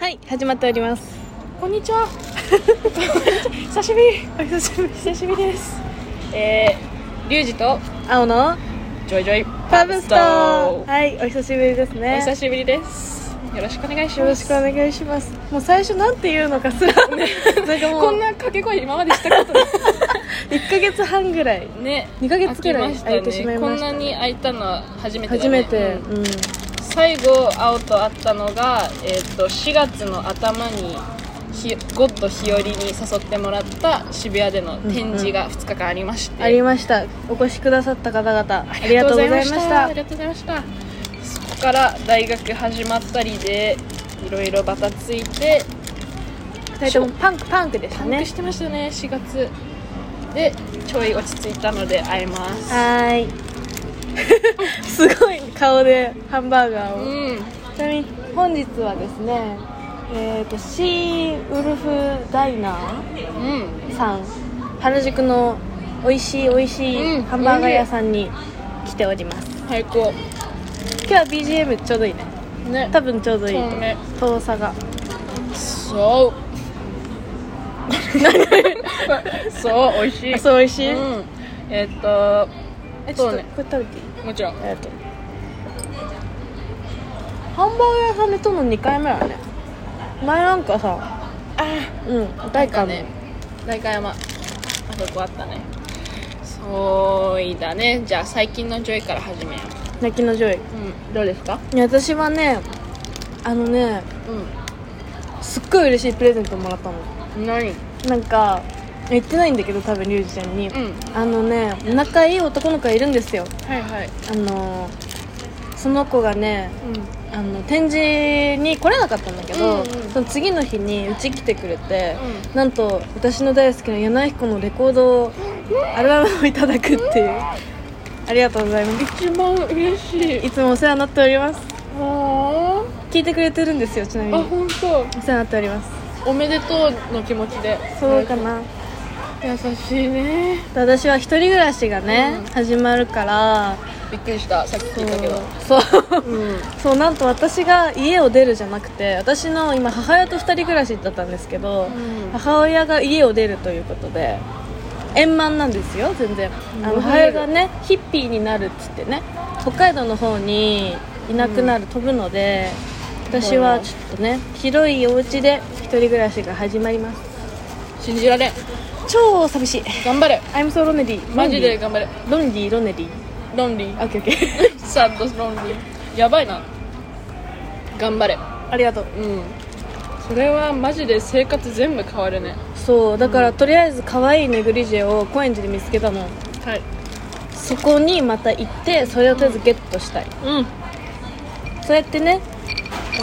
はい始まっておりますこんにちは。久しぶり。お久しぶり久しぶりです。えー、リュウジと青のジョイジョイパブストーはいお久しぶりですおね久しぶりです。よろしくお願いしよまろしくおす。願いしますもう最初なんて言うのかすらなんかもうこん な掛け声今までしたことない。 1ヶ月半ぐらいね。 2ヶ月くら飽きいました空いてしまいね。こまんしなたに空いたのは初めてだね。初めてうんうん最後青と会ったのがえっ、と4月の頭に。ひゴッド日和に誘ってもらった渋谷での展示が2日間ありまして、ありましたお越しくださった方々ありがとうございましたありがとうございましたそこから大学始まったりでいろいろバタついて2人ともパンクパンクでしたパンクねしてましたね4月でちょい落ち着いたので会えますはーい すごい 顔でハンバーガーうをんちなみに本日はですねえっ、とシーウルフダイナーうんさん原宿の美味しい美味しういんハンバーガー屋さんに来ております、最高今日は BGM ちょうどいいねね多分ちょうどいいとそうね遠さがそう そう美味しいあそう美味しい、うんえっ、とえちょっそうと、ねこれ食べていいもちろんえっとハンバーガー屋さんで撮るの2回目だね前なんかさあうん大か観ねね代官山あそこあったねそうだねじゃあ最近のジョイから始めよ泣きのジョイう、うん、どうですかいや私はねあのねすっごい嬉しいプレゼントもらったのうん何うんなんか言ってないんだけど多分リュウジちゃんに、あのね仲いい男の子がいるんですよはいはいあのその子がねうあの展示に来れなかったんだけど、うんうんその次の日にうち来てくれて、なんと私の大好きな柳井彦のレコードをアルバムをいただくっていうありがとうございますん一番嬉しいいつもお世話になっておりますあ聞いてくれてるんですよちなみにあお本当世話になっておりますおめでとうの気持ちでそうかな優しいね私は一人暮らしがね、うん始まるからびっくりしたさっき聞いたけどそうそう うんうんそうなんと私が家を出るじゃなくて私の今母親と2人暮らしだったんですけど、母親が家を出るということで円満なんですよ全然あうのん母親がねヒッピーになるっつってね北海道の方にいなくなる、飛ぶので私はちょっとね広いお家で一人暮らしが始まります信じられん超寂しい頑張れ I'm so lonely マジで頑張れロンリーロネリーロンリーオッケーオッケーサッドロンリーやばいな頑張れありがとううんそれはマジで生活全部変わるねそうだから、とりあえず可愛いネグリジェを高円寺で見つけたのはいそこにまた行ってそれをとりあえずゲットしたい、うんそうやってね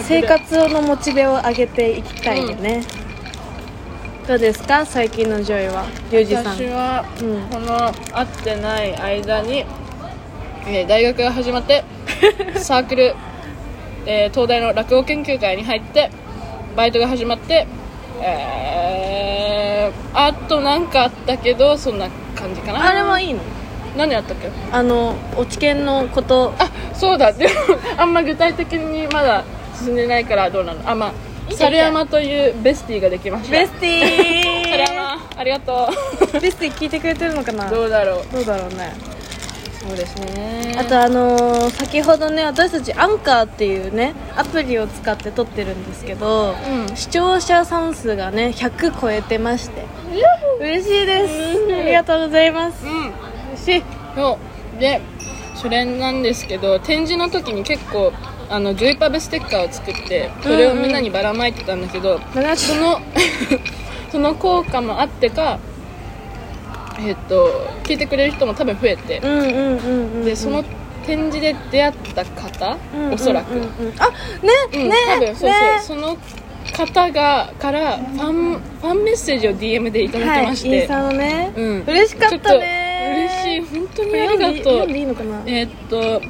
生活のモチベを上げていきたいよね、どうですか最近のジョイはリュウジさん私はうんこの会ってない間に、えー大学が始まって サークル、えー東大の落語研究会に入ってバイトが始まってえー、あとなんかあったけどそんな感じかなあれはいいの何あったっけあのお知見のことあそうだでもあんま具体的にまだ進んでないからどうなのあまあいじゃん猿山というベスティができましたベス猿ティ山ありがとーベスティ聞いてくれてるのかなうどどうだろううだろうねそうですねあとあのー先ほどね私たちアンカーっていうねアプリを使って撮ってるんですけど、うん視聴者さん数がね100超えてまして嬉しいです、ありがとうございますうん嬉しいそうでそれなんですけど展示の時に結構あのジョイパブステッカーを作ってそれをみんなにばらまいてたんだけど、七つその その効果もあってかえっと聞いてくれる人も多分増えてうんうんうんうんでその展示で出会った方、うんおそらく、ううんうんんうんあねね多分そうそう、ねその方がからファンファンメッセージを DM でいただはきいましインて、スタのねうん嬉しかったねちょっと嬉しい本当こにれあり読んでがと読んうでいいのかなえっと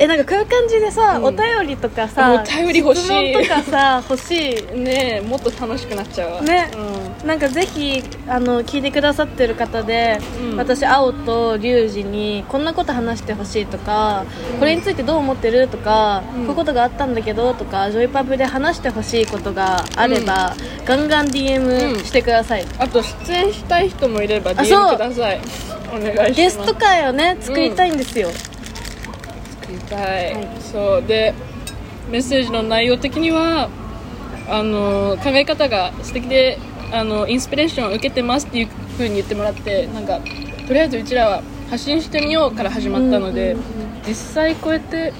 えなんかこういう感じでさうんお便りとかさお便り欲しい質問とかさ欲しいねえもっと楽しくなっちゃうわねうんなんかぜひあの聞いてくださってる方で、うん私青とリュウジにこんなこと話してほしいとか、これについてどう思ってるとか、うんこういうことがあったんだけどとかジョイパブで話してほしいことがあれば、ガンガン DM してください、あと出演したい人もいればあそう DM くださいお願いしますゲスト会をね作りたいんですよ、作りたい、はいそうでメッセージの内容的にはあの考え方が素敵であのインスピレーションを受けてますっていう風に言ってもらってなんかとりあえずうちらは発信してみようから始まったので、うんうん実際こうやって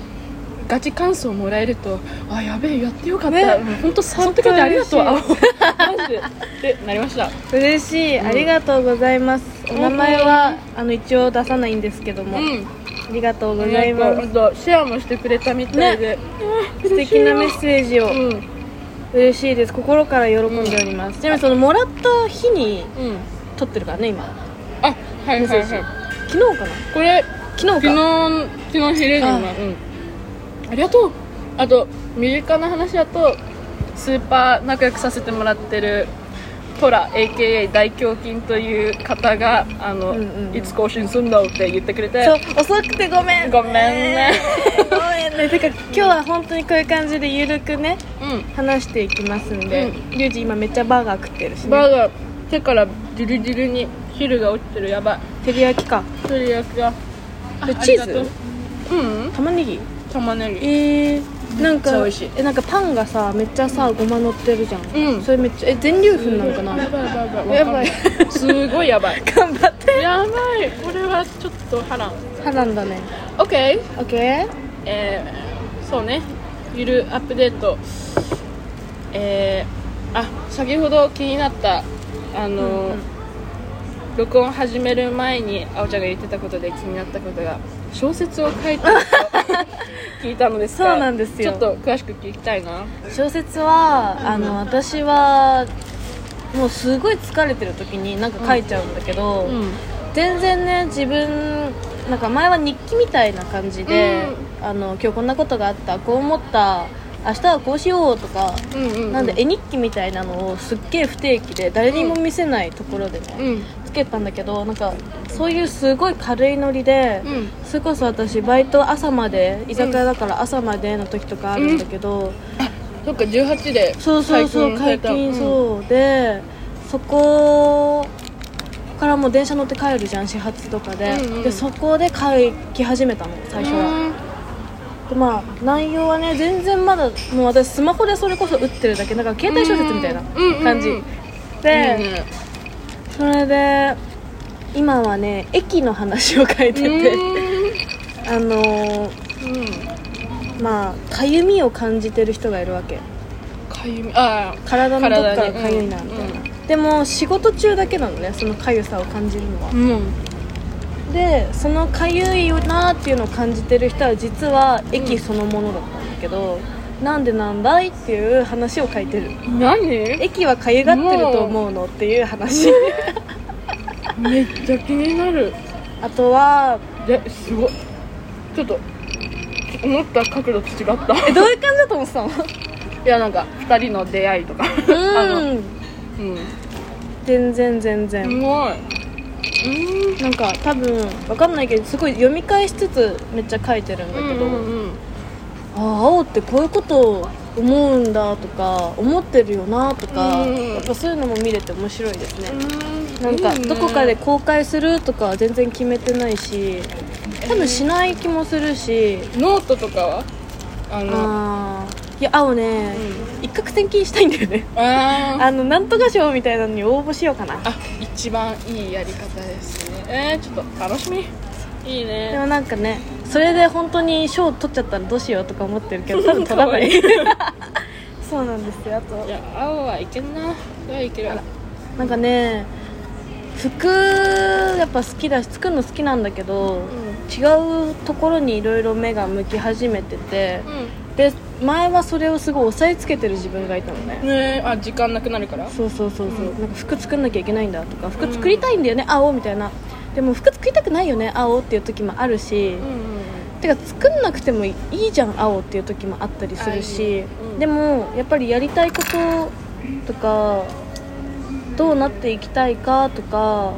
ガチ感想もらえるとあやべえやってよかっねた、もう本当触ってくれてありがとうマジでってなりました嬉しい、ありがとうございますお名前はあの一応出さないんですけども、うんありがとうごあざいりがまとうすあとシェアもしてくれたみたいで、素敵なメッセージを、うん嬉しいです心から喜んでおります、ちなみにそのもらった日にうん撮ってるからね今あはいはいメッセはい昨日かなこれ昨日昨か日昨日昼にもあうん、ありがとうあと身近な話だとスーパー仲良くさせてもらってるトラ AKA 大胸筋という方があの、うんうんうんいつ更新すんだって言ってくれてそう遅くてごめんごめんね ごめんねてか今日は本当にこういう感じでゆるくねう話していきますんで、うリュウジ今めっちゃバーガー食ってるし、ね、んバーガー手からジュルジュルに汁が落ちてるやばい照り焼きかそれ焼きがであチーありがズとううん玉ねぎ玉ねぎえー、なんかめっちゃ美味しいえなんかパンがさめっちゃさごま乗ってるじゃん、うんそれめっちゃえ全粒粉なのかな、やばいやばいやばやばいいわかんなすごいやばい 頑張って やばいこれはちょっと波乱 波乱だね OK オッケーえー、そうねゆるアップデートえー、あ先ほど気になったあのー、録音始める前にあおちゃんが言ってたことで気になったことが小説を書 いてると聞いたのですがそうなんですよちょっと詳しく聞きたいな小説はあの私はもうすごい疲れてる時になんか書いちゃうんだけど、うん全然ね自分なんか前は日記みたいな感じで、あの今日こんなことがあったこう思った明日はこうしようとか、うんうんなんで絵日記みたいなのをすっげえ不定期で誰にも見せないところでね、うんつけたんだけどなんかそういうすごい軽いノリで、うんそれこそ私バイト朝まで居酒屋だから朝までの時とかあるんだけど、そっか18でそうそうそう解解禁された禁そうでそこからもう電車乗って帰るじゃん始発とかで、うんうんでそこで書き始めたの最初は、でまあ内容はね全然まだもう私スマホでそれこそ打ってるだけだから携帯小説みたいな感じ、うんうんうんで、いいねそれで今はね駅の話を書いてて、あのーうんうんまあかゆみを感じてる人がいるわけかゆみああ体のどっからかゆいな体にみうたんいな、でも仕事中だけなのねそのかゆさを感じるのは、うんでそのかゆいよなっていうのを感じてる人は実はうん駅そのものだったんだけど、なんでなんだいっていう話を書いてる何駅はかゆがってると思うのっていう話めっちゃ気になるあとはですごいちょっと思った角度と違ったえどういう感じだと思ってたのいやなんか2人の出会いとかあのうんうん全然全然、すごいなんか多分わかんないけどすごい読み返しつつめっちゃ書いてるんだだけけど、どああ青ってこういうことを思うんだとか思ってるよなとか、うんやっぱそういうのも見れて面白いですね、ななんかどこかで公開するとかは全然決めてないし多分しない気もするし、ノートとかはあのああいや青ね、一攫千金したいんだよねあーあのなんとか賞みたいなのに応募しようかなあ一番いいやり方ですねえー、ちょっと楽しみいいでねもなんかねそれで本当に賞取っちゃったらどうしようとか思ってるけど多分取らない そうなんですよあといや青はいけんな青はいけるなんかね服やっぱ好きだし作るの好きなんだけど、違うところにいろいろ目が向き始めててうで前はそれをすごい押さえつけてる自分がいたのねんねえあ時間なくなるからそうそうそうそう、うなんか服作んなきゃいけないんだとか服作りたいんだよね、青みたいなでも服作りたくないよね青っていう時もあるし、てか作んなくてもいいじゃん青っていう時もあったりするあいしい、うんでもやっぱりやりたいこととかどうなっていきたいかとか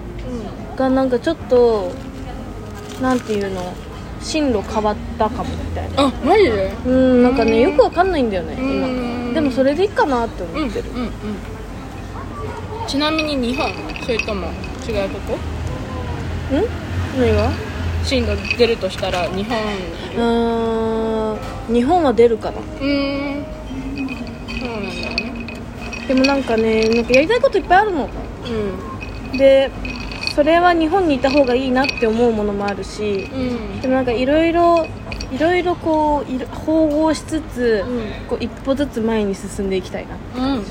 がなんかちょっとなんていうの進路変わったかもみたいなあマジでうんなんかねよくわかんないんだよねうん今でもそれでいいかなってうんう思んっうてる、んちなみに日本それとも違うとこうん、何が進路出るとしたら日本うーん日本は出るかなうーんそうなんだよねでもなんかねなんかやりたいこといっぱいあるのうでそれは日本にいた方がいいなって思うものもあるしんうんでもなんかいろいろいろいろこういろ縫合しつつ、うんこう一歩ずつ前に進んでいきたいなうん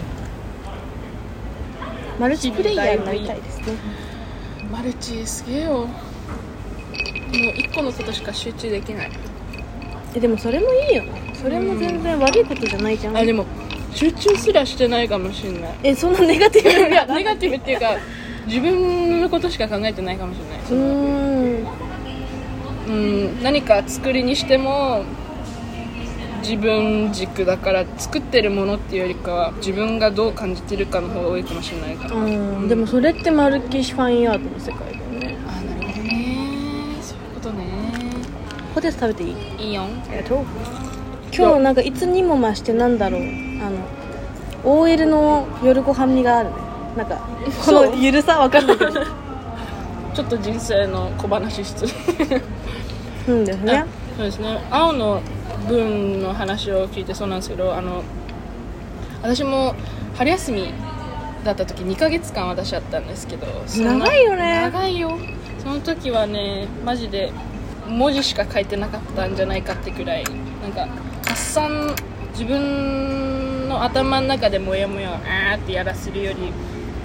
マルチプレイヤーになりたいですねマルチすげえよもう一個のことしか集中できないえでもそれもいいよねそれも全然悪いことじゃないじゃん、あでも集中すらしてないかもしれ ないえそんなネガティブいや ネガティブっていうか自分のことしか考えてないかもしれないそうのーんうん何か作りにしても自分軸だから作ってるものっていうよりかは自分がどう感じてるかの方が多いかもしれないからうんでもそれってマルキシファインアートの世界だよねあなるほどねそういうことねポテト食べていいいいよんありがとう今日なんかいつにも増してなんだろうあの OL の夜ご飯味があるねなんかこそうのゆるさわかんないけどちょっと人生の小話室 うんですねそうですね青の文の話を聞いてそうなんですけどあの私も春休みだった時2ヶ月間私あったんですけどそんな長いよね長いよその時はねマジで文字しか書いてなかったんじゃないかってくらいなんか発散自分の頭の中でモヤモヤあーってやらせるより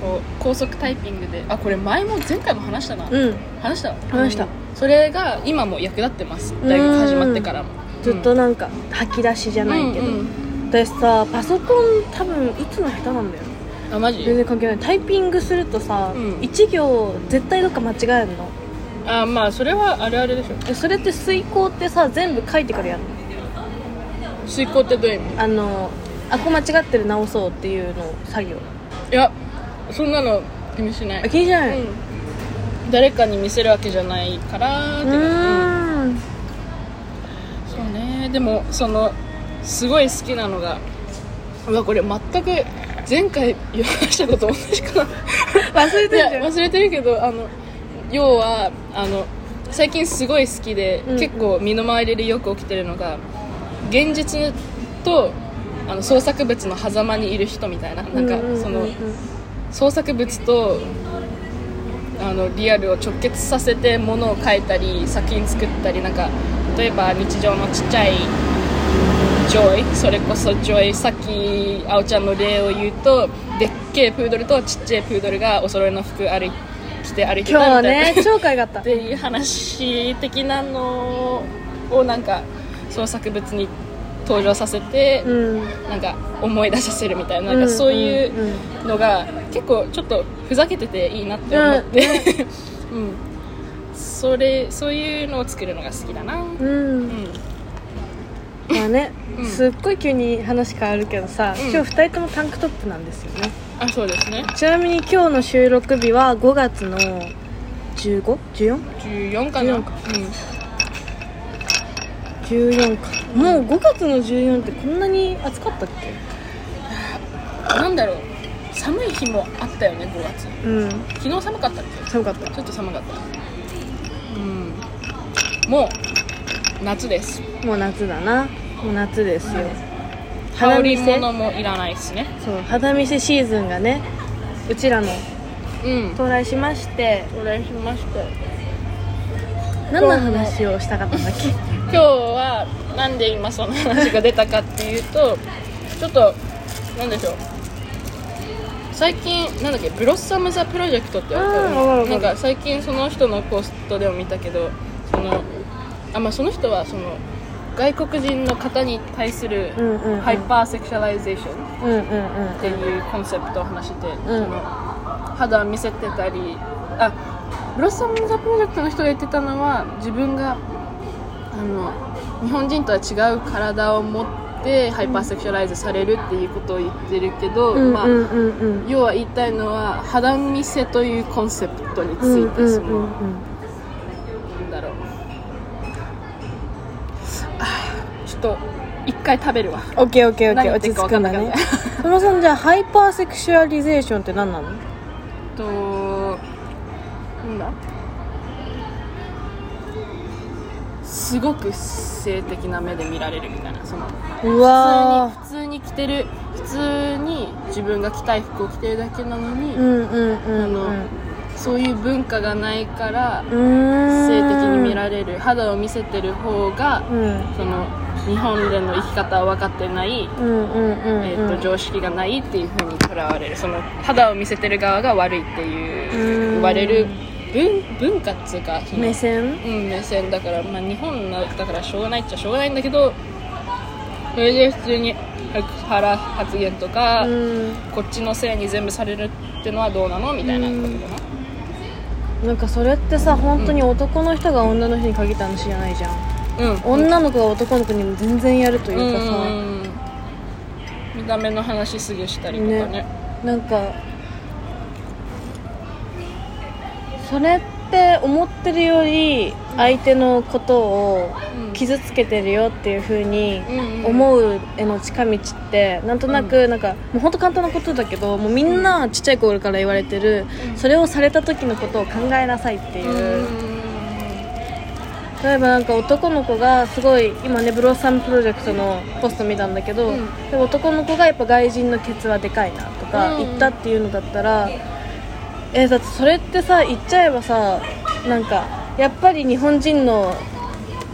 こう高速タイピングであこれ前も前回も話したな、うん話した話したうんそれが今も役立ってます大学始まってからもずっとなんか吐き出しじゃうんないけど、うんうん私さパソコン多分いつも下手なんだよねあマジ全然関係ないタイピングするとさ、うん一1行絶対どっか間違えるのあまあそれはあるあるでしょでそれって遂行ってさ全部書いてからやるの遂行ってどういう意味あのあここ間違ってる直そうっていうの作業いやそんなの気にしないあ気にじゃない、うん誰かに見せるわけじゃないからってう感ーんじそうねでもそのすごい好きなのがうわこれ全く前回言わしたこと同じかな忘れいてるやじゃん忘れてるけどあの要はあの最近すごい好きで、うん結構身の回りでよく起きてるのが現実とあの創作物の狭間にいる人みたいななんかその、うんうんうん創作物とあのリアルを直結させてものを描いたり作品作ったりなんか例えば日常のちっちゃいジョイそれこそジョイさっきあおちゃんの例を言うとでっけえプードルとちっちゃいプードルがお揃いの服歩い着て歩いて今日たはみたいな、ね超可愛かったっていう話的なのをなんか創作物に登場させて、うんなんか思い出させるみたいなうなんんかそういう。うんうんのが結構ちょっとふざけてていいなって思って、うんそれそういうのを作るのが好きだな、うんうんまあねうんすっごい急に話変わるけどさうん今日2人ともタンクトップなんですよねあそうですねちなみに今日の収録日は5月の 15?14?14 14かな、 14かかもう5月の14ってこんなに暑かったっうん、なんだろう寒い日もあったよね5月けうん昨日寒かったっけ寒かったちょっと寒かったうんもう夏ですもう夏だなもう夏ですよ羽花見織せ物もいらないですねそう肌見せシーズンがねうちらのうん到来しましてお礼しました何の話をしたかったんだっけ今日はなんで今その話が出たかっていうとちょっとなんでしょう最近なんだっけブロッサム・ザ・プロジェクトってわかうんわかるわるかなるんか最近その人のポストでも見たけどそのあ、まあ、その人はその外国人の方に対するうんうんうんハイパーセクシャライゼーションうんうんうんっていうコンセプトを話してうて、んその肌見せてたりあブロッサム・ザ・プロジェクトの人が言ってたのは自分があの日本人とは違う体を持ってハイパーセクシャライズされるっていうことを言ってるけど、うんまうあ、んうんうん要は言いたいのは肌見せというコンセプトにつうんいてそうんうの、んうんなんだろうあーちょっと一回食べるわオッケーオッケーオッケー何言っ落ちてるか着くんだ分ねかんそもなそもじゃあハイパーセクシュアリゼーションって何なのとなんだすごく性的な目で見られるみたいなそのうわ普通に普通に着てる普通に自分が着たい服を着てるだけなのに、ーうんうんうんうんあそういう文化がないからうーん性的に見られる肌を見せてる方がうんその日本での生き方を分かってない、うんうんうんうんえー、と常識がないっていう風にとらわれるその肌を見せてる側が悪いってういんう言われる文文化っつうかその目線うん、目線だから、まあ、日本のだからしょうがないっちゃしょうがないんだけどそれで普通に腹発言とか、うんこっちのせいに全部されるってのはどうなのみたいなことかな、なんかそれってさ本当に男の人が女の人に限った話じゃないじゃんうん女の子が男の子にも全然やるというんううかんさ、うん見た目の話すぐしたりとかねねなんかそれって思ってるより相手のことをうん傷つけてるよっていう風にうんうん思うへの近道ってなんとなくなんかもうほんと簡単なことだけどもうみんなちっちゃい頃から言われてるうんそれをされた時のことを考えなさいっていう例えばなんか男の子がすごい今ねブロッサムプロジェクトのポスト見たんだけど、うんでも男の子がやっぱ外人のケツはでかいなとかうん言ったっていうのだったら、えだってそれってさ言っちゃえばさなんかやっぱり日本人の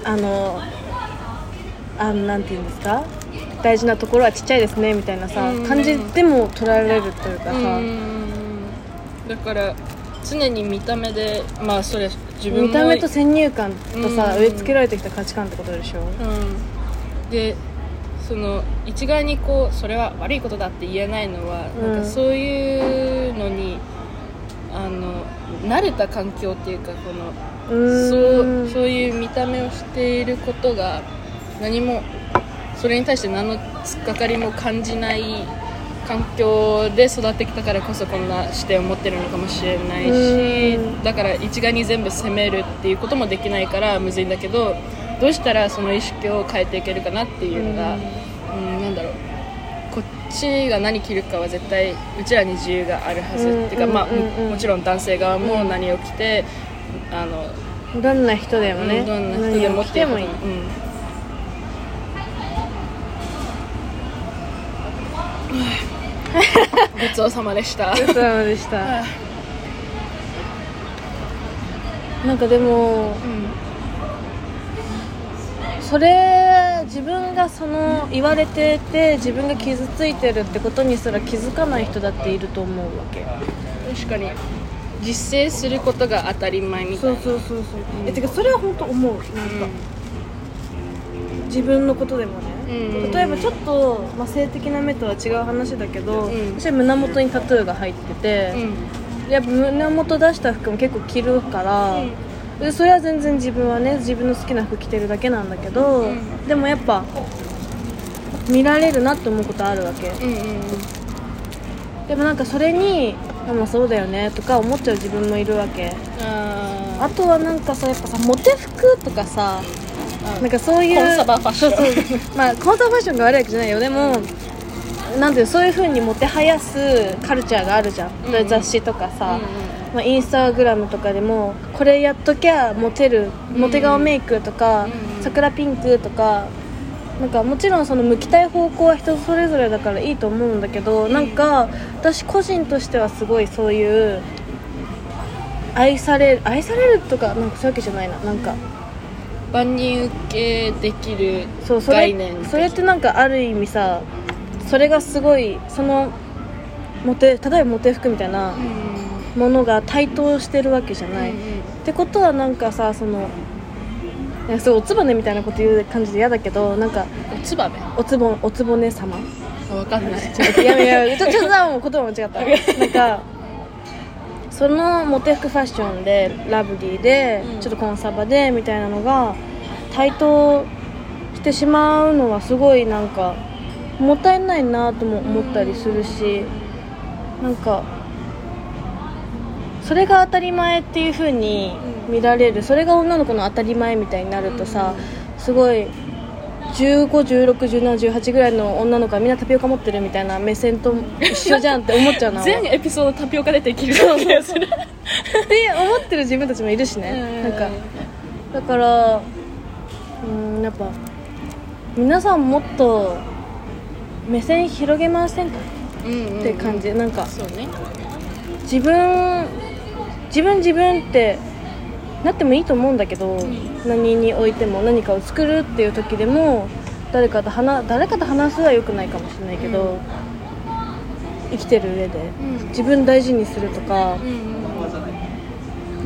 あのあのなんて言うんですか大事なところはちっちゃいですねみたいなさ、うん感じでも捉えられるというかさ、うんだから常に見た目でまあそれ自分の見た目と先入観とさ、うん植え付けられてきた価値観ってことでしょ、うん、でその一概にこうそれは悪いことだって言えないのは、うんなんかそういうのにあの慣れた環境っていうかこのうーんそうそういう見た目をしていることが何もそれに対して何の突っかかりも感じない環境で育ってきたからこそこんな視点を持ってるのかもしれないしうんだから一概に全部責めるっていうこともできないからむずいんだけどどうしたらその意識を変えていけるかなっていうのが、ううん、なんだろうこっちが何着るかは絶対うちらに自由があるはず、うんっていうか、まあ、うんうんうんももちろん男性側も何を着て、あのどんな人でもね、どんな人でも何を着てもいいってうことうんごちそうさまでしたごちそうさまでしたなんかでもうそれ自分がその言われてて自分が傷ついてるってことにすら気づかない人だっていると思うわけん確かに実践することが当たり前みたいなそうそうそうえてかそれは本当思うなんか、自分のことでもね、うん例えばちょっと、まあ、性的な目とは違う話だけど、うん私は胸元にタトゥーが入ってて、うんやっぱ胸元出した服も結構着るから、うんでそれは全然自分はね自分の好きな服着てるだけなんだけど、うんでもやっぱ見られるなって思うことあるわけうんうんうんでもなんかそれに「あまあそうだよね」とか思っちゃう自分もいるわけああとはなんかさやっぱさモテ服とかさーなんかそういうコンサバファッションそうそうまあコンサバファッションが悪いわけじゃないよでも、なんていうのそういう風にもてはやすカルチャーがあるじゃん、うんうん雑誌とかあさ、まあ、インスタグラムとかでもこれやっときゃモテるモテ顔メイクとか、うん桜ピンクとかなんかもちろんその向きたい方向は人それぞれだからいいと思うんだけど、なんか私個人としてはすごいそういう愛される愛されるとかなんかそういうわけじゃないななんか万人受けできるそうそ概れ念それってなんかある意味さそれがすごいそのモテ例えばモテ服みたいなうんものが対等してるわけじゃうんない、ってことはなんかさそのなんかそうおつぼねみたいなこと言う感じで嫌だけどなんかうんおつばめおつぼおつぼね様わかんないいやいやちょちょっとさもう言葉間違ったなんかそのモテ服ファッションでラブリーで、うんちょっとコンサバでみたいなのが対等してしまうのはすごいなんかもったいないなとも思ったりするしなんかそれが当たり前っていう風に見られるそれが女の子の当たり前みたいになるとさすごい15161718ぐらいの女の子はみんなタピオカ持ってるみたいな目線と一緒じゃんって思っちゃう な全エピソードタピオカ出てきるような気がするって思ってる自分たちもいるしねなんかだからうーんやっぱ皆さんもっと目線広げませんかうんって感じ、なんかそうね自分自分自分ってなってもいいと思うんだけど、何においても何かを作るっていう時でも誰かと話誰かと話すは良くないかもしれないけど、うん生きてる上でうん自分大事にするとかう、ん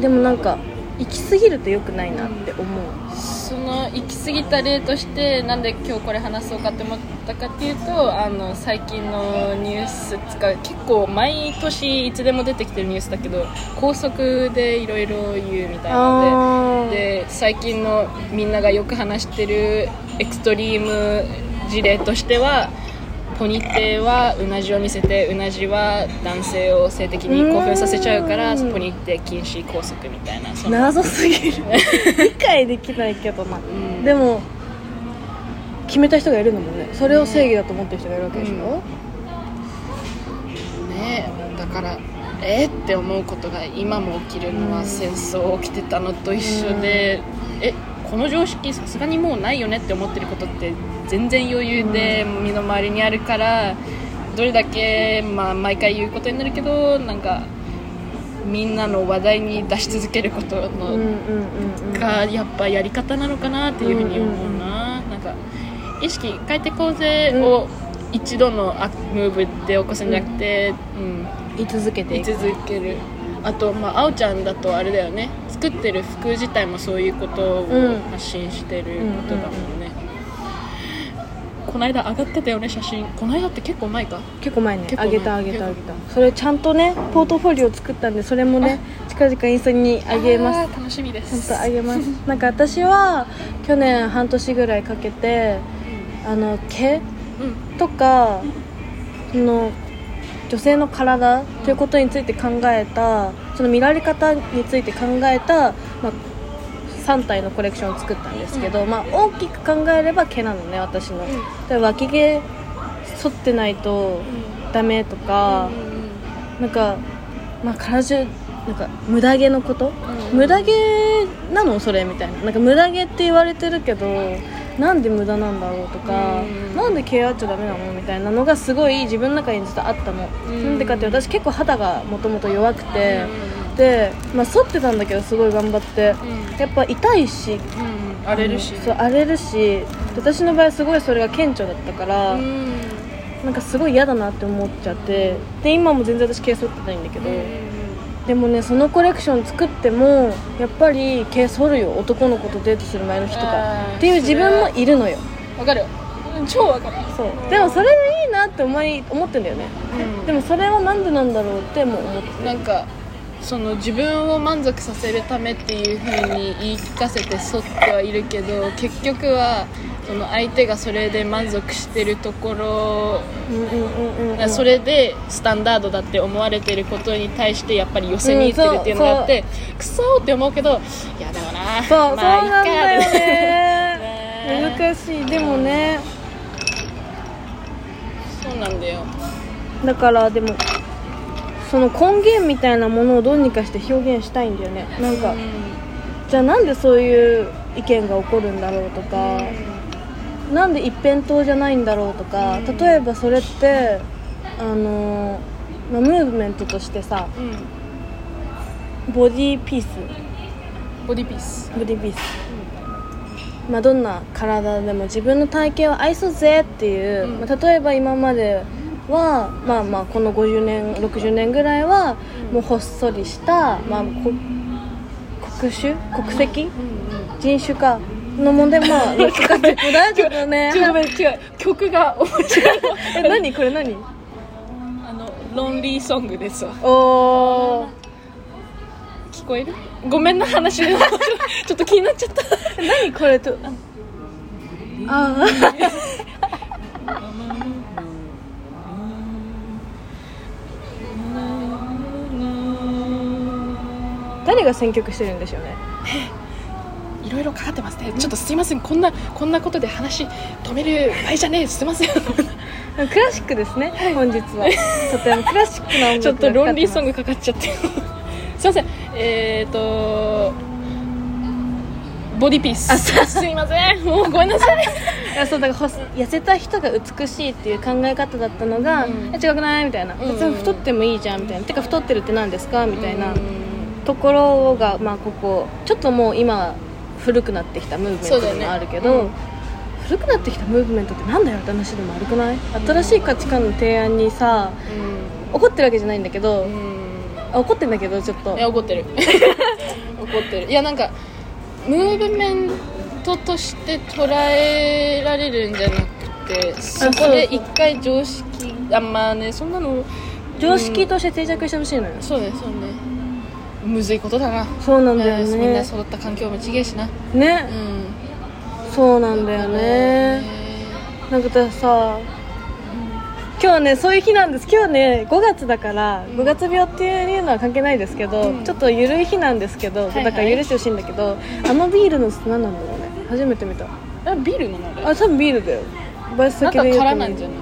でもなんか行き過ぎると良くないなって思う、その行き過ぎた例としてなんで今日これ話そうかって思ったかっていうとあの最近のニュースつか結構毎年いつでも出てきてるニュースだけど高速でいろいろ言うみたいなので。あーで最近のみんながよく話してるエクストリーム事例としてはポニテはうなじを見せてうなじは男性を性的に興奮させちゃうからうんポニテ禁止拘束みたいなその謎すぎ る理解できないけどな、んでも決めた人がいるのもんねそれを正義だと思ってる人がいるわけでしょ、うんねだからえーって思うことが今も起きるのは戦争起きてたのと一緒で、えこの常識さすがにもうないよねって思ってることって全然余裕で身の回りにあるからどれだけ、まあ、毎回言うことになるけどなんかみんなの話題に出し続けることの、うんうんうんうんがやっぱやり方なのかなっていうふうに思うな,、なんか意識変えてこうぜを一度のあムーブで起こすんじゃなくて、うん言い続けて居いく続けるあとまああおちゃんだとあれだよね作ってる服自体もそういうことうんを発信してることだもんね、こないだ上がってたよね写真こないだって結構前か結構前ね結構あ前げたあげたあげ結たそれちゃんとねポートフォリオ作ったんでそれもね近々インスタにあげますあー楽しみでちゃんすとあげますなんか私は去年半年ぐらいかけてあの毛うんとかその女性の体ということについて考えたその見られ方について考えた、まあ、3体のコレクションを作ったんですけど、まあ、大きく考えれば毛なのね私の、で脇毛剃ってないとダメとか、なんか、まあ、体中なんか無駄毛のこと、うん無駄毛なのそれみたいななんか無駄毛って言われてるけどなんで無駄なんだろうとか、うんなんで毛あっちゃダメなのみたいなのがすごい自分の中にずっとあったの、うんなんでかって私結構肌がもともと弱くて、で、まあ、剃ってたんだけどすごい頑張って、やっぱ痛いしうん荒れるしあのそう荒れるし私の場合すごいそれが顕著だったから、うんなんかすごい嫌だなって思っちゃってで今も全然私毛剃ってないんだけど、でもねそのコレクション作ってもやっぱり毛剃るよ男の子とデートする前の日とあかーっていう自分もいるのよわかるうん超わかるそうでもそれでいいなって思い思ってんだよねでもそれはなんでなんだろうっても思ってなんかその自分を満足させるためっていう風に言い聞かせて沿ってはいるけど結局はその相手がそれで満足してるところうんうんうんうん、うん、それでスタンダードだって思われてることに対してやっぱり寄せにいってるっていうのがあって、くそーって思うけどいやでもなそう、まあ、そうなんだよいっかってねねえ難しいでもねそうなんだよだからでもその根源みたいなものをどうにかして表現したいんだよねなんか、うじゃあなんでそういう意見が起こるんだろうとか、なんで一辺倒じゃないんだろうとか、うん例えばそれってあのーまあムーブメントとしてさんうんボディーピースボディピースボディーピース、まあ、どんな体でも自分の体型を愛そうぜっていう、うんまあ、例えば今まではまあまあこの50年60年ぐらいはもうほっそりした、まあ、こ国種国籍うんうん人種かの問題も 乗っかかって大丈夫ね違うごめん違う曲が面白いえ何これ何あのロンリーソングですわおー聞こえるごめんな話で ちょっと気になっちゃった 何これとああ 誰が選曲してるんでしょうねいろいろかかってますね、ちょっとすいませんこんなこんなことで話止める場合じゃねえすい ませんクラシックですね、本日はとてもクラシックな音楽ちょっとロンリーソンググかかっちゃって すいませんえっ、ー、とボディピースあそうすいませ んもうごめんなさいいやそうだからほ痩せた人が美しいっていう考え方だったのが、うんえ違くないみたいな、ん別に太ってもいいじゃんみたいなてか太ってるって何ですかみたいな、うんところが、まあ、ここちょっともう今古くなってきたムーブメントそうだでよねもあるけうど、ん古くなってきたムーブメントってなんだよって話でも悪くない新しい価値観の提案にさ怒ってるわけじゃないんだけど、うんあ怒ってんだけどちょっといや怒ってる 怒ってるいやなんかムーブメントとして捉えられるんじゃなくてそこで一回常識あまあねそんなの常識として定着してほしいのよ、そうねそうねむずいことだなそうなんだようんみんなね育った環境も違えしなねうんそうなんだよねなんか私さ今日ねそういう日なんです今日ね5月だから5月病っていうのは関係ないですけど、うんちょっと緩い日なんですけど、はいはいだから許してほしいんだけどあのビールの何なんだろうね初めて見たあビールなのあれあ多分ビールだよバイスなん先かでよく見る空なんじゃない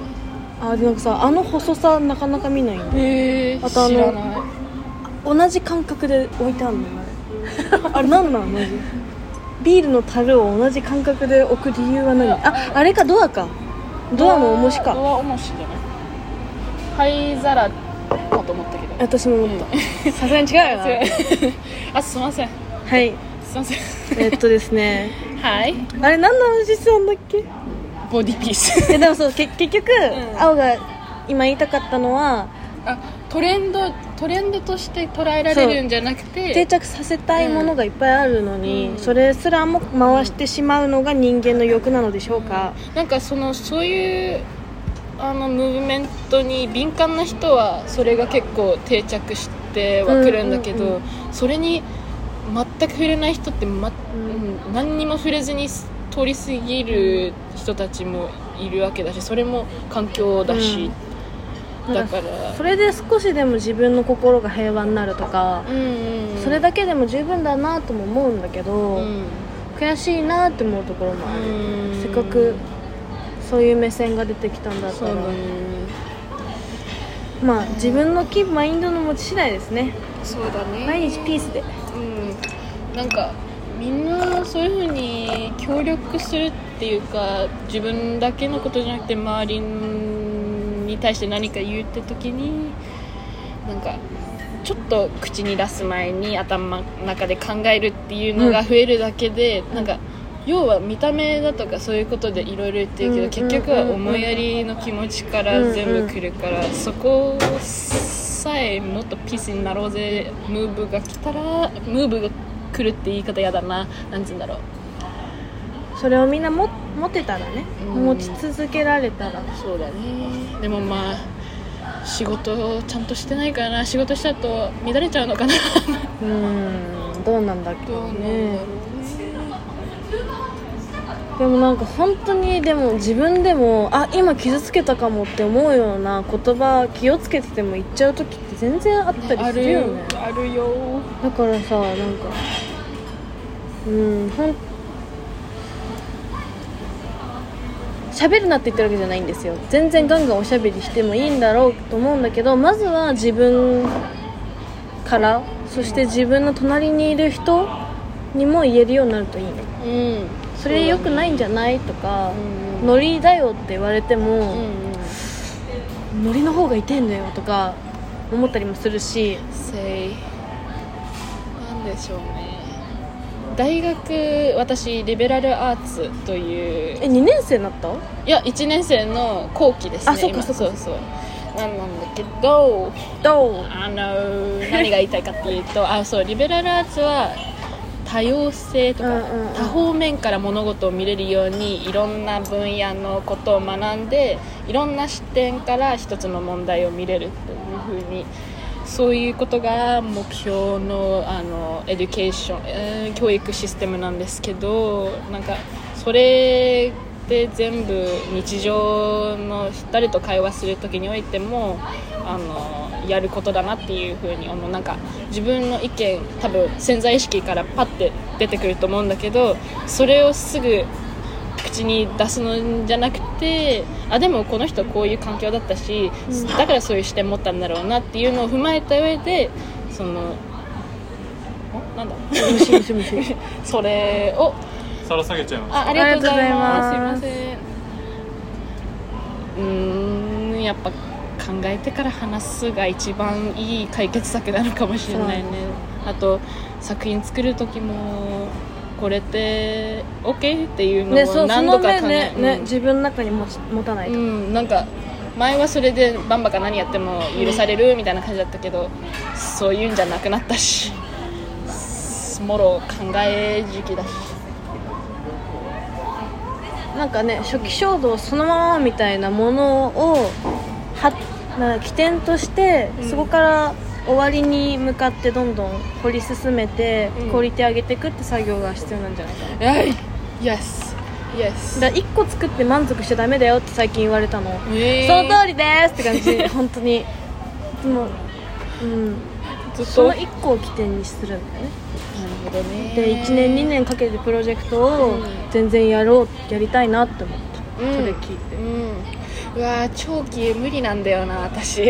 あでなんかさあの細さなかなか見ないんだへえあとあの知らない同じ感覚で置いてあるのよ あれあれ何なのマジビールの樽を同じ感覚で置く理由は何ああれかドアかドアの重しドかア重しじゃない灰皿かと思ったけど私も思ったさすがに違うよな あすいませんはいすいません えっとですねはいあれ何の話してたんだっけボディピースえでもそうけ結局、ん青が今言いたかったのはあトレンドトレンドとして捉えられるんじゃなく定て着させたいものがいっぱいあるのに、うんそれすらも回してしまうのが人間の欲なのでしょうか、なんかそのそういうあのムーブメントに敏感な人はそれが結構定着してはくるんだけど、うんうそれに全く触れない人って、まんうん何にも触れずにす通り過ぎる人たちもいるわけだしそれも環境だし、うんだからそれで少しでも自分の心が平和になるとか、うんうんそれだけでも十分だなとも思うんだけど、うん悔しいなって思うところもある、うんせっかくそういう目線が出てきたんだったそうら、だねまあ自分の気マインドの持ち次第ですねそうだね毎日ピースでうんなんかみんなそういうふうに協力するっていうか自分だけのことじゃなくて周りに対して何か言うって時になんかちょっと口に出す前に頭の中で考えるっていうのが増えるだけで、なんか要は見た目だとかそういうことでいろいろ言ってるけど、うん結局は思いやりの気持ちから全部来るから、そこさえもっとピースになろうぜムーブが来たらムーブが来るって言い方やだななんつうんだろうそれをみんなも持てたらね、うん持ち続けられたらそうだねでもまあ仕事をちゃんとしてないからな仕事した後乱れちゃうのかな うんどうなんだっけどうなんだろうねねでもなんか本当にでも自分でもあ今傷つけたかもって思うような言葉気をつけてても言っちゃう時って全然あったりあするるよよねあるよだからさなんかうんほん喋るなって言ってるわけじゃないんですよ全然ガンガンおしゃべりしてもいいんだろうと思うんだけどまずは自分からそして自分の隣にいる人にも言えるようになるといいねうんそれ良くないんじゃないとかうんノリだよって言われてうも、んノリの方が痛いんだよとか思ったりもするしせいなんでしょうね大学私リベラルアーツというえ2年生になったいや1年生の後期ですねあそっか今そっそうそうなんなんだけどど うあのー何が言いたいかっていう とあそうリベラルアーツは多様性とか、うんうんうん多方面から物事を見れるようにいろんな分野のことを学んでいろんな視点から一つの問題を見れるっていうふうにそういうことが目標のあのエデュケーション、えー教育システムなんですけどなんかそれって全部日常の誰と会話する時においてもあのやることだなっていうふうに思うなんか自分の意見多分潜在意識からパッて出てくると思うんだけどそれをすぐ口に出すのじゃなくてあでもこの人こういう環境だったし、うんだからそういう視点持ったんだろうなっていうのを踏まえた上でそのおなんだ 虫虫虫それをさら下げちゃいますあありがとうございまあすりがとうございますすいませんうーんやっぱ考えてから話すが一番いい解決策なのかもしれないねそうねあと作品作る時もこれって OK っていうのねそをうそ何の度か目考ねえ、ねうん自分の中に持ち持たないと、うん、なんか前はそれでバンバカ何やっても許されるみたいな感じだったけどそういうんじゃなくなったしもろ考え時期だしなんかね初期衝動そのままみたいなものをはなんか起点として、うんそこから終わりに向かってどんどん掘り進めて、うんクオリティ上げていくって作業が必要なんじゃないかなだかはい Yes Yes ら1個作って満足しちゃダメだよって最近言われたの、えその通りですって感じ本当にでもうんりずっそとのなる1個を起点にするんだよねほどねで1年2年かけてプロジェクトをうん全然やろうやりたいなって思った、うんそれ聞いてうんうわー長期無理なんだよな 私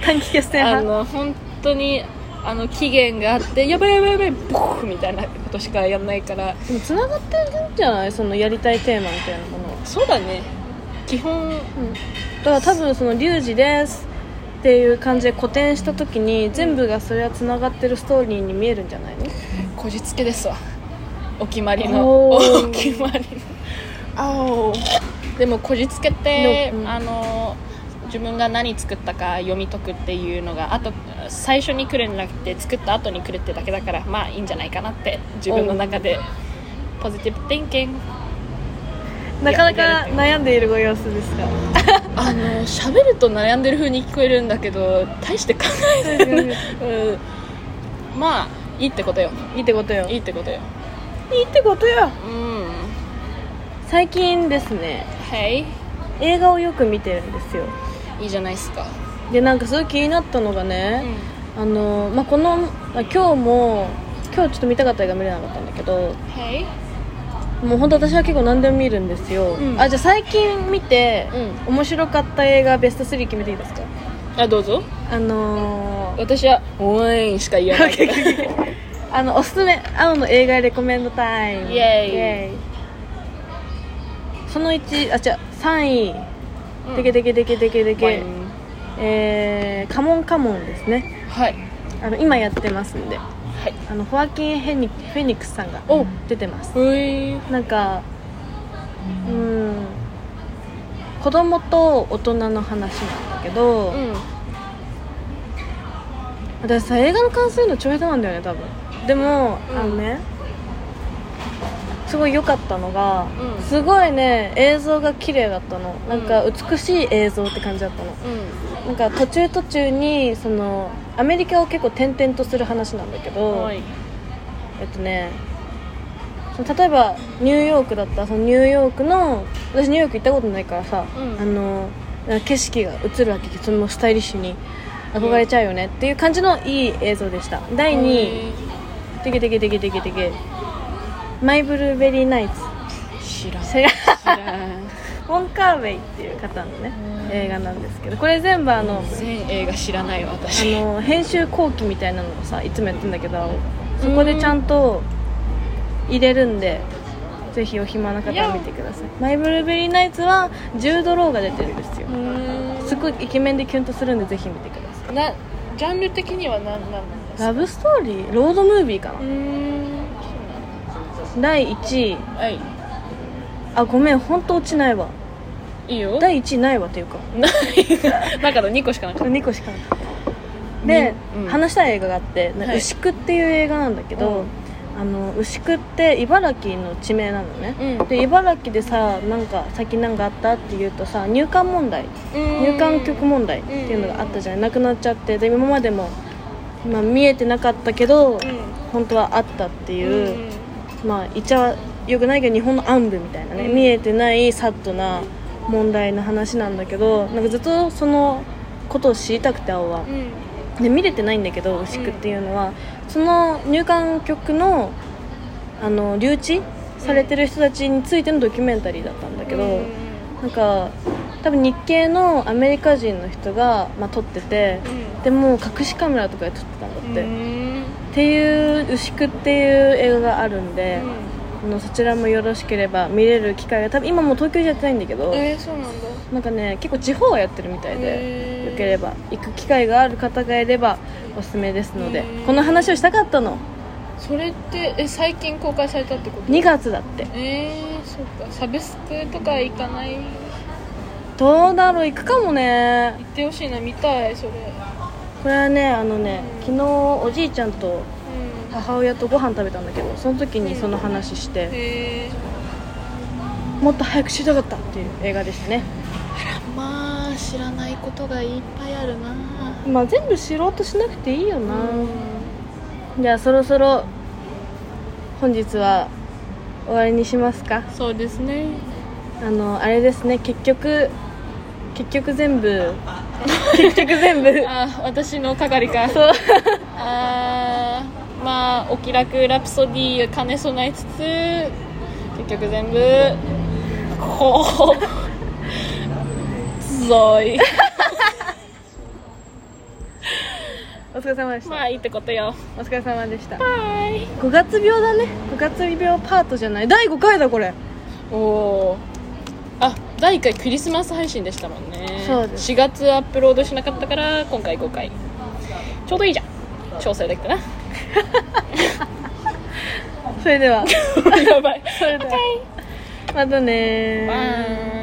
短期決戦あ派の本当にあの期限があってやばいやばいやばいボーみたいなことしかやんないからでもつながってるんじゃないそのやりたいテーマみたいなものは、そうだね基本だから多分その「リュウジです」っていう感じで固定した時に全部がそれはつながってるストーリーに見えるんじゃないのこじつけですわお決まりのおおー決まりの青でもこじつけって、のうんあの自分が何作ったか読み解くっていうのがあと最初に来るんじゃなくて作った後に来るってだけだからまあいいんじゃないかなって自分の中でポジティブティンキングなかなか悩んでいるご様子ですがあの喋ると悩んでる風に聞こえるんだけど大して考えてない、うん、まあいいってことよいいってことよいいってことよいいってことようん最近ですねはい映画をよく見てるんですよいいじゃないですかでなんかすごい気になったのがね、はあのまあ、この、まあ、今日も今日ちょっと見たかった映画見れなかったんだけどいもう本当私は結構何でも見るんですよ、うんあじゃあ最近見て、う面白かった映画ベスト3決めていいですかあどうぞあのー、私は「応援」しか言え ないけどあのおすすめ青の映画レコメンドタイムイエーイイその1あじゃ3位でけでけでけでけでワイけ、ンえー、カモンカモンですねはいあの今やってますんではいあのホアキン・ヘニフェニックスさんがお出てますういなんかうん子供と大人の話なんだけど、うん私さ映画の関するの超下手なんだよね多分でも、うんあのねすごい良かったのが、うんすごいね映像が綺麗だったのなんかうん美しい映像って感じだったのうなんか途中途中にそのアメリカを結構転々とする話なんだけど、んはいえっとねその例えばニューヨークだったらそのニューヨークの私ニューヨーク行ったことないからさ、うんあの景色が映るわけそのスタイリッシュに憧れちゃうよねっていう感じのいい映像でした第2位「てけてけてけてけてけ」マイブルーベリーナイツ知らん知セラらん ウォン・カーウェイっていう方のねうん映画なんですけどこれ全部あの全映画知らないわあ私の編集後期みたいなのをさいつもやってんだけどそこでちゃんと入れるんでぜひお暇な方は見てください「マイブルーベリーナイツ」はジュード・ローが出てるんですようんすごいイケメンでキュンとするんでぜひ見てくださなジャンル的には何なんですいラかブストーリーロードムービーかなうーん第1位はいあごめん本当落ちないわいいよ第1位ないわというかない 中の2個しかなかっ2個しかなかったで、うん話したい映画があって「はい牛久」っていう映画なんだけど、うんあの牛久って茨城の地名なのね、うんで茨城でさなんか最近なんかあったって言うとさ入管問題た入入管局問題っていうのがあったじゃないなくなっちゃってで今までも、まあ、見えてなかったけど、うん本当はあったっていう、まあいちゃよくないけど日本の暗部みたいなね、うん見えてないサッドな問題の話なんだけどなんかずっとそのことを知りたくて青は、うんで見れてないんだけど牛久っていうのは、その入管局のあの留置されてる人たちについてのドキュメンタリーだったんだけど、うんなんか多分日系のアメリカ人の人が、まあ、撮ってて、うんでも隠しカメラとかで撮ってたんだって、うっんていう「牛久」っていう映画があるんで、あのそちらもよろしければ見れる機会が多分今もう東京じゃやってないんだけど、えー、そうなんだなんかね結構地方はやってるみたいで。えーよければ行く機会がある方がいればおすすめですのでうんこの話をしたかったのそれってえ最近公開されたってこと2月だってえー、そっかサブスクとか行かない行どうだろう行くかもねってほしいな見たいそれこれはねあのね昨日おじいちゃんとうん母親とご飯食べたんだけどその時にその話してえもっと早く知りたかったっていう映画でしたねー、まあ知らないことがいっぱいあるなまあ全部知ろうとしなくていいよな、じゃあそろそろ本日は終わりにしますかそうですねあのあれですね結局結局全 部結局全部あ私の係かそう あーまあお気楽ラプソディを兼ね備えつつ結局全部こ うぞいお疲れ様でした、まあいいってことよお疲れ様でしたはい5月病だね5月病パートじゃない第5回だこれおおあ第1回クリスマス配信でしたもんねそうです4月アップロードしなかったから今回5回ちょうどいいじゃん調整 できたなそれではやばい それではまたねーバイ